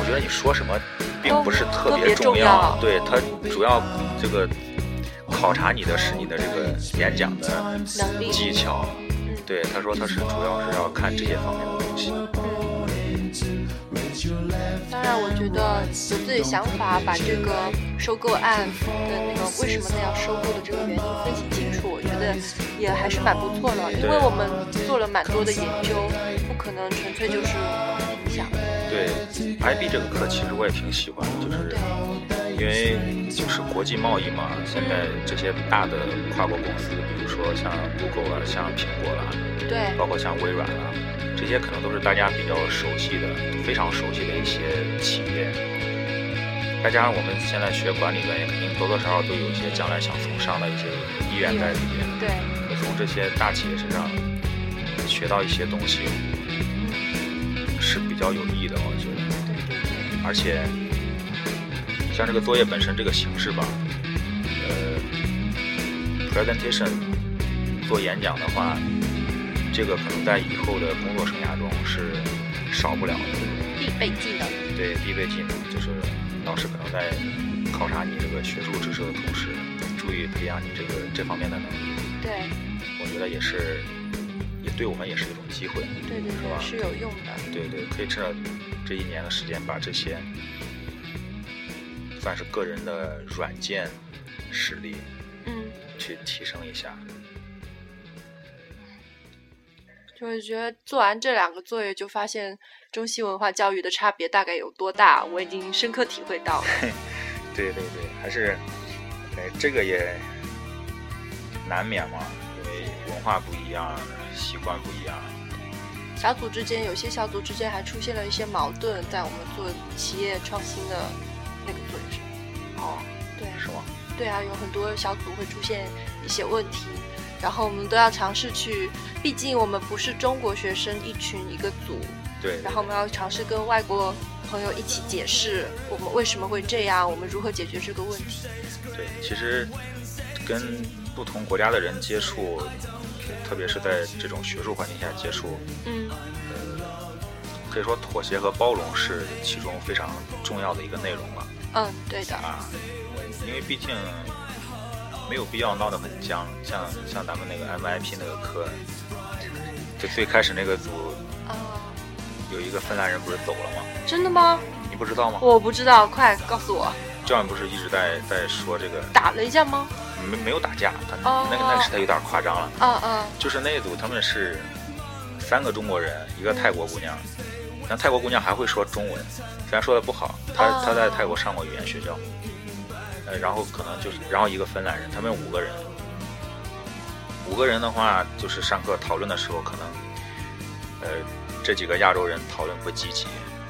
我觉得你说什么，并不是特别重都特对，它主要这个考察你的是你的这个演讲的能力嗯技巧。对，他说他是主要是要看这些方面的东西。当然，我觉得有自己想法，把这个收购案的那个为什么那样收购的这个原因分析清楚，我觉得也还是蛮不错的。因为我们做了蛮多的研究，不可能纯粹就是影响。对，IB 这个课其实我也挺喜欢的，就是对，因为就是国际贸易嘛，现在这些大的跨国公司，比如说像 Google 啊，像苹果啦、啊，对，包括像微软啦、啊，这些可能都是大家比较熟悉的、非常熟悉的一些企业。再加上我们现在学管理专业，肯定多多少少都有一些将来想从商的一些意愿在里面。对，会从这些大企业身上学到一些东西，是比较有意义的，我觉得。对对对，而且。像这个作业本身这个形式吧，呃，presentation 做演讲的话，这个可能在以后的工作生涯中是少不了的必备技能。对，必备技能就是老师可能在考察你这个学术知识的同时，注意培养你这个这方面的能力。对，我觉得也是，也对我们也是一种机会，对对是吧？是有用的。对对，可以趁着这一年的时间把这些。算是个人的软件实力，嗯，去提升一下。就是觉得做完这两个作业，就发现中西文化教育的差别大概有多大，我已经深刻体会到了。对对对，还是，哎，这个也难免嘛，因为文化不一样，习惯不一样。小组之间，有些小组之间还出现了一些矛盾，在我们做企业创新的。那个作业上，哦，对，是吗？对啊，有很多小组会出现一些问题，然后我们都要尝试去，毕竟我们不是中国学生一群一个组，对,对,对，然后我们要尝试跟外国朋友一起解释我们为什么会这样，我们如何解决这个问题。对，其实跟不同国家的人接触，特别是在这种学术环境下接触，嗯。可以说妥协和包容是其中非常重要的一个内容吧。嗯，对的。啊，因为毕竟没有必要闹得很僵，像像咱们那个 MIP 那个课，就最开始那个组，啊、嗯，有一个芬兰人不是走了吗？真的吗？你不知道吗？我不知道，快告诉我。教练不是一直在在说这个？打了一架吗？没没有打架，他、哦、那个那个是他有点夸张了。嗯嗯。就是那一组他们是三个中国人，一个泰国姑娘。像泰国姑娘还会说中文，虽然说的不好，她她在泰国上过语言学校，呃，然后可能就是，然后一个芬兰人，他们五个人，五个人的话，就是上课讨论的时候，可能，呃，这几个亚洲人讨论不积极，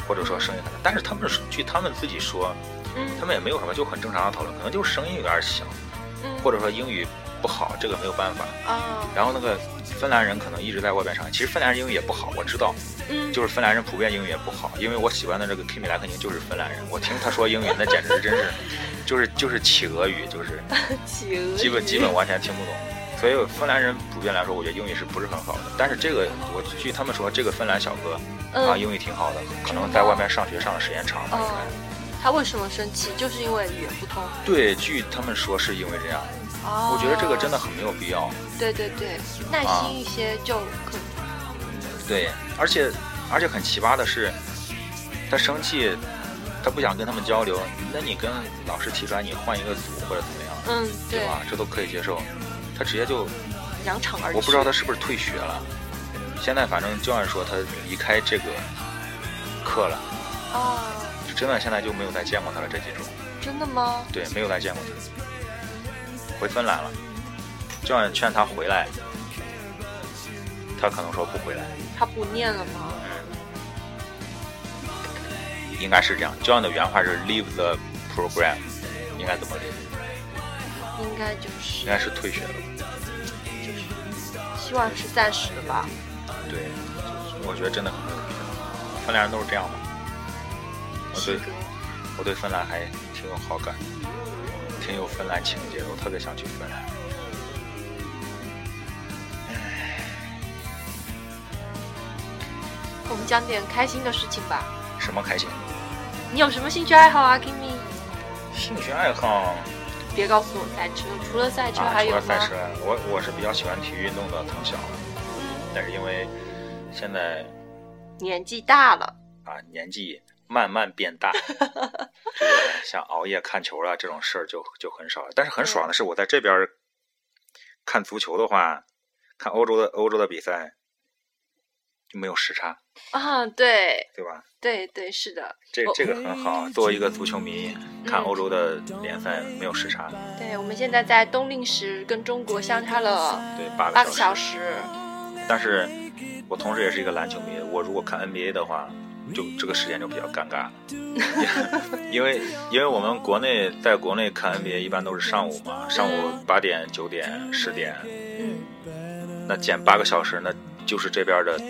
或者说声音很大，但是他们据他们自己说，嗯他们也没有什么，就很正常的讨论，可能就是声音有点小，嗯或者说英语不好，这个没有办法。啊然后那个芬兰人可能一直在外边上，其实芬兰人英语也不好，我知道。嗯，就是芬兰人普遍英语也不好，因为我喜欢的这个 Kimi 莱肯宁就是芬兰人，我听他说英语那简直真是， [LAUGHS] 就是就是企鹅语，就是企鹅，基本基本完全听不懂。所以芬兰人普遍来说，我觉得英语是不是很好的？但是这个我据他们说，这个芬兰小哥、嗯、啊英语挺好的，可能在外面上学上的时间长了。嗯、他为什么生气？就是因为语言不通。对，据他们说是因为这样。哦，我觉得这个真的很啊没有必要。对对对，耐心一些就可以。对，而且而且很奇葩的是，他生气，他不想跟他们交流。那你跟老师提出来，你换一个组或者怎么样，嗯，对吧？这都可以接受。他直接就扬长而去。我不知道他是不是退学了。现在反正就按说他离开这个课了。哦。真的，现在就没有再见过他了。这几周。真的吗？对，没有再见过他。回芬兰了，教练劝他回来，他可能说不回来。他不念了吗？应该是这样。John 的原话是 “leave the program”，应该怎么理？应该就是。应该是退学了。就是，希望是暂时的吧。对，我觉得真的很有必要。芬兰人都是这样吗？我对，我对芬兰还挺有好感，挺有芬兰情节的，我特别想去芬兰。我们讲点开心的事情吧。什么开心？你有什么兴趣爱好啊，Kimi？兴趣爱好？别告诉我赛车，除了赛车还有吗？嗯啊、除了赛车，我我是比较喜欢体育运动的，从小。但是因为现在年纪大了啊，年纪慢慢变大，像熬夜看球啊这种事儿就就很少了。但是很爽的是，我在这边看足球的话，看欧洲的欧洲的比赛。就没有时差，啊，对对吧？对对，是的，这我这个很好。作为一个足球迷，看欧洲的联赛没有时差，对，我们现在在冬令时跟中国相差了对，八八个个小小时。时，但是，我同时也是一个篮球迷，我如果看 NBA 的话，就这个时间就比较尴尬了， [LAUGHS] 因为因为我们国内在国内看 NBA 一般都是上午嘛，上午八点、九点、十点，嗯，那减八个小时，那就是这边的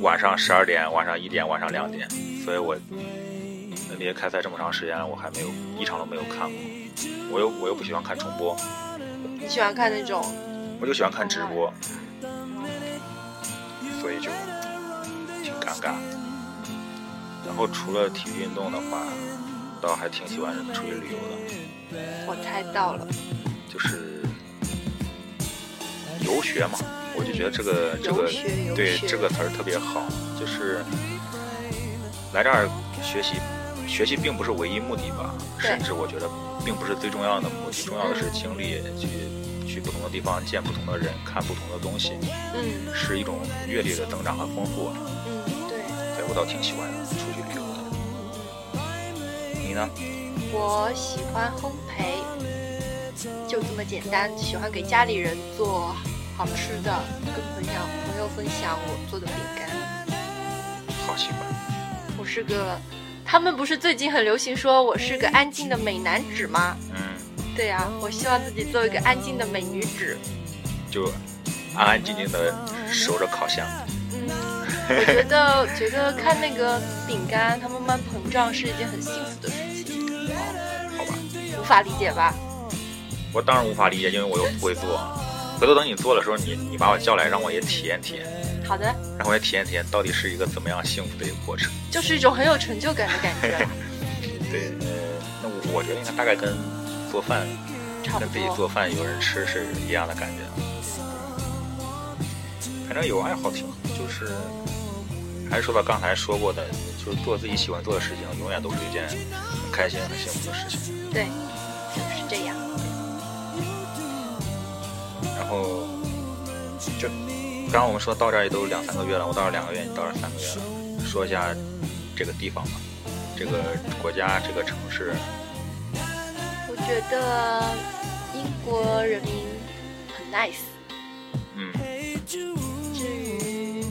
晚上十二点、晚上一点、晚上两点，所以我 NBA 开赛这么长时间了，我还没有一场都没有看过。我又我又不喜欢看重播，你喜欢看那种我就喜欢看直播，所以就挺尴尬。然后除了体育运动的话，倒还挺喜欢出去旅游的，我猜到了，就是游学嘛。我就觉得这个这个游学游对学这个词儿特别好，就是来这儿学习，学习并不是唯一目的吧，对甚至我觉得并不是最重要的目的，重要的是经历，去去不同的地方见不同的人，看不同的东西，嗯是一种阅历的增长和丰富。嗯，对。对我倒挺喜欢出去旅游的。你呢？我喜欢烘焙，就这么简单。喜欢给家里人做好吃的，跟朋友朋友分享我做的饼干。好喜欢，我是个，他们不是最近很流行说我是个安静的美男子吗？嗯，对呀、我希望自己做一个安静的美女子。就安安静静的守着烤箱。嗯，我觉得觉得看那个饼干它慢慢膨胀是一件很幸福的事情，哦，好吧，无法理解吧？我当然无法理解，因为我又不会做。回头等你做的时候，你你把我叫来，让我也体验体验，好的，让我也体验体验到底是一个怎么样幸福的一个过程。就是一种很有成就感的感觉，对，呃，那我我觉得应该大概跟做饭、差不跟自己多。做饭有人吃是一样的感觉。啊反正有爱好挺好，就是还是说到刚才说过的，就是做自己喜欢做的事情，永远都是一件很开心、很幸福的事情。对，就是这样。然后就刚刚我们说到这儿也都两三个月了，我到这儿两个月，你到这儿三个月了，说一下这个地方吧，这个国家、这个城市，我觉得英国人民很 nice。嗯，至于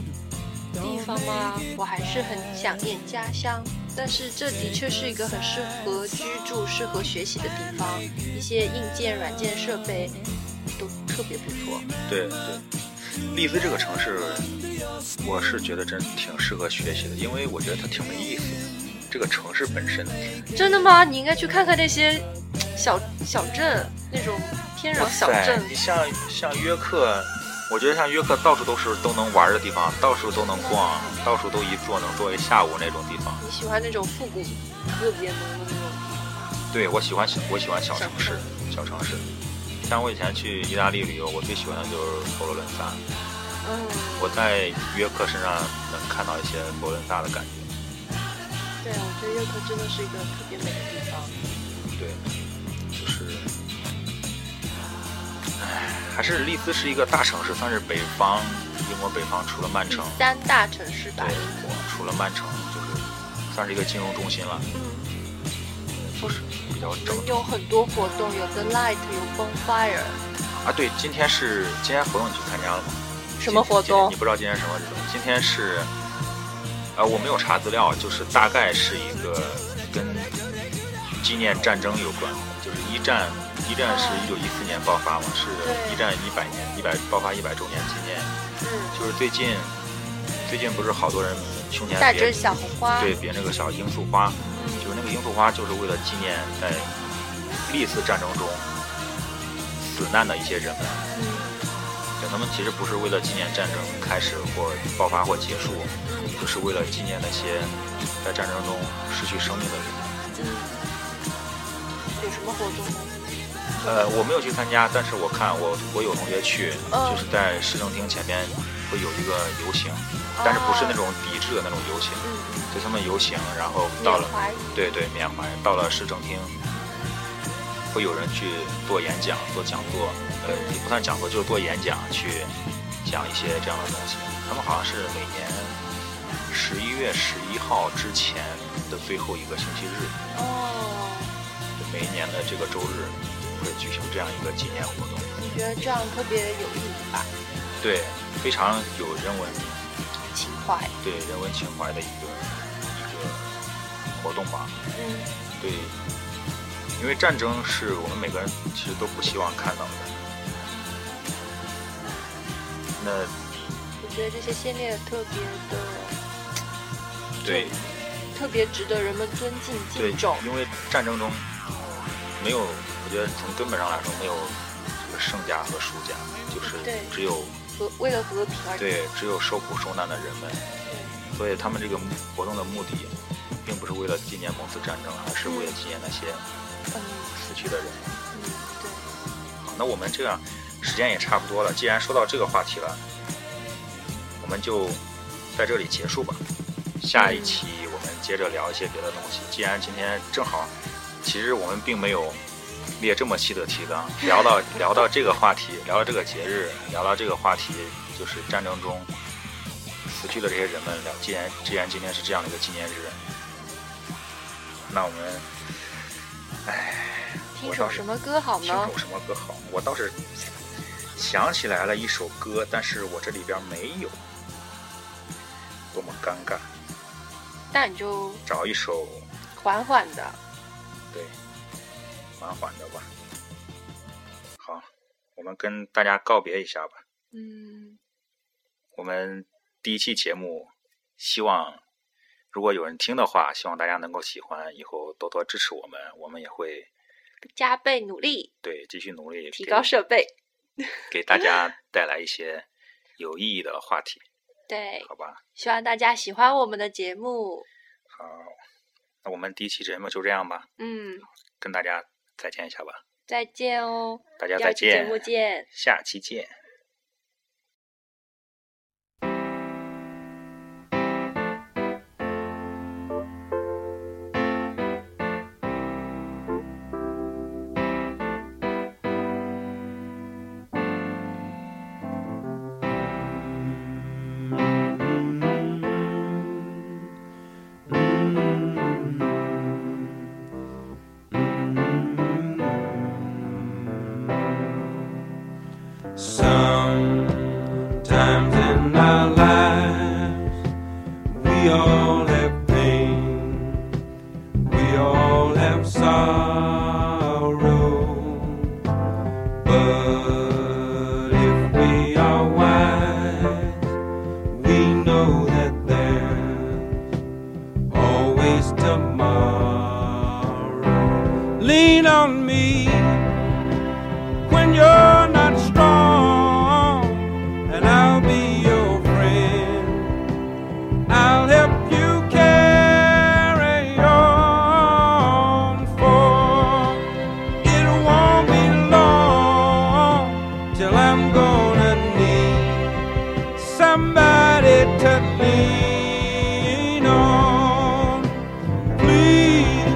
地方嘛，我还是很想念家乡，但是这的确是一个很适合居住、适合学习的地方，一些硬件、软件设备都特别不错。对对，利兹这个城市，我是觉得真挺适合学习的，因为我觉得它挺没意思的。这个城市本身，真的吗？你应该去看看那些小小镇，那种天哇然小塞镇，，你像像约克，我觉得像约克到处都是都能玩的地方，到处都能逛，到处都一坐能坐一下午那种地方。你喜欢那种复古、特别浓的那种对我喜欢小，我喜欢小城市，小城市。像我以前去意大利旅游，我最喜欢的就是佛罗伦萨。嗯。我在约克身上能看到一些佛罗伦萨的感觉。对，啊我觉得约克真的是一个特别美的地方。对，就是，唉，还是利兹是一个大城市，算是北方英国北方，除了曼第城，三大城市吧对，，英国除了曼城就是算是一个金融中心了，就是比较我正们有很多活动，有的 light，有 bonfire，啊。对，今天是今天活动你去参加了吗？什么活动今天你不知道今天什么日子？今天是，呃，我没有查资料，就是大概是一个跟纪念战争有关，就是一战，一战是一九一四年爆发嘛，是啊对一战一百年，一百爆发一百周年纪念，嗯，就是最近，最近不是好多人胸前带着别小红花，对别那个小罂粟花，嗯就是那个罂粟花就是为了纪念在历次战争中死难的一些人们。嗯，对，他们其实不是为了纪念战争开始或爆发或结束，就是为了纪念那些在战争中失去生命的人。嗯有什么活动呢？呃，我没有去参加，但是我看我我有同学去，嗯就是在市政厅前面会有一个游行，但是不是那种抵制的那种游行，嗯，就他们游行，然后到缅了，怀，对对，缅怀，到了市政厅。会有人去做演讲、做讲座，呃，也不算讲座，就是做演讲，去讲一些这样的东西。嗯，他们好像是每年十一月十一号之前的最后一个星期日，哦，就每一年的这个周日会举行这样一个纪念活动。你觉得这样特别有意义吧？对，非常有人文情怀，对人文情怀的一个一个活动吧。嗯，对，因为战争是我们每个人其实都不希望看到的。那我觉得这些先烈特别的对特别值得人们尊敬对敬重。，因为战争中没有，我觉得从根本上来说没有这个胜家和输家，就是对只有和为了和平而嗯对只有受苦受难的人们。所以他们这个活动的目的，并不是为了纪念某次战争，而是为了纪念那些嗯死去的人。嗯，对，好，啊那我们这样，时间也差不多了。既然说到这个话题了，我们就在这里结束吧。下一期我们接着聊一些别的东西。既然今天正好，其实我们并没有列这么细的提纲，聊到聊到这个话题，聊到这个节日，聊到这个话题，就是战争中死去的这些人们。聊，既然既然今天是这样的一个纪念日，那我们听首什么歌好听呢首？什么歌好？我倒是想起来了一首歌，但是我这里边没有，多么尴尬！那你就找一首缓缓的，对缓缓的吧。好，我们跟大家告别一下吧。嗯，我们第一期节目，希望如果有人听的话，希望大家能够喜欢，以后多多支持我们，我们也会加倍努力，对继续努力提给高设备。给大家带来一些有意义的话题，对，好吧？希望大家喜欢我们的节目。好，那呃我们第一期节目就这样吧，嗯，跟大家再见一下吧，再见哦，大家第二再期节见，目见。下期见。 Sometimes in our lives, we all have pain, we all have sorrow. But if we are wise, we know that there's always tomorrow. Lean on me when you're not strong, and I'll be your friend. I'll help you carry on, for it won't be long till I'm gonna need somebody to lean on. Please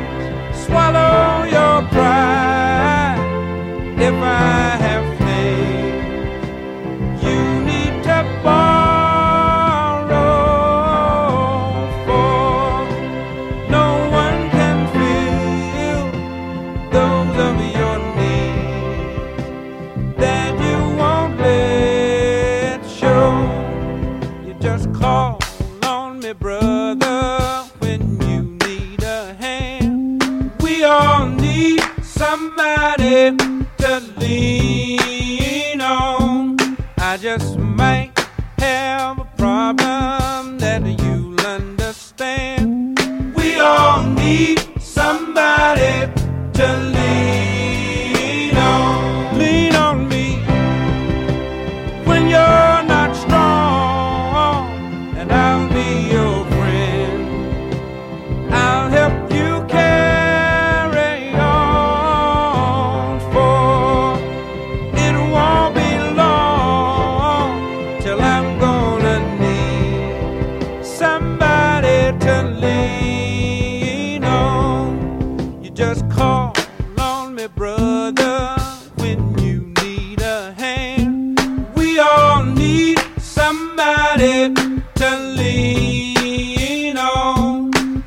swallow your pride if I have faith, you need to borrow. For no one can fill those of your needs that you won't let show. You just call on me, brother, when you need a hand. We all need somebody to lean on. I just might have a problem that you'll understand. We all need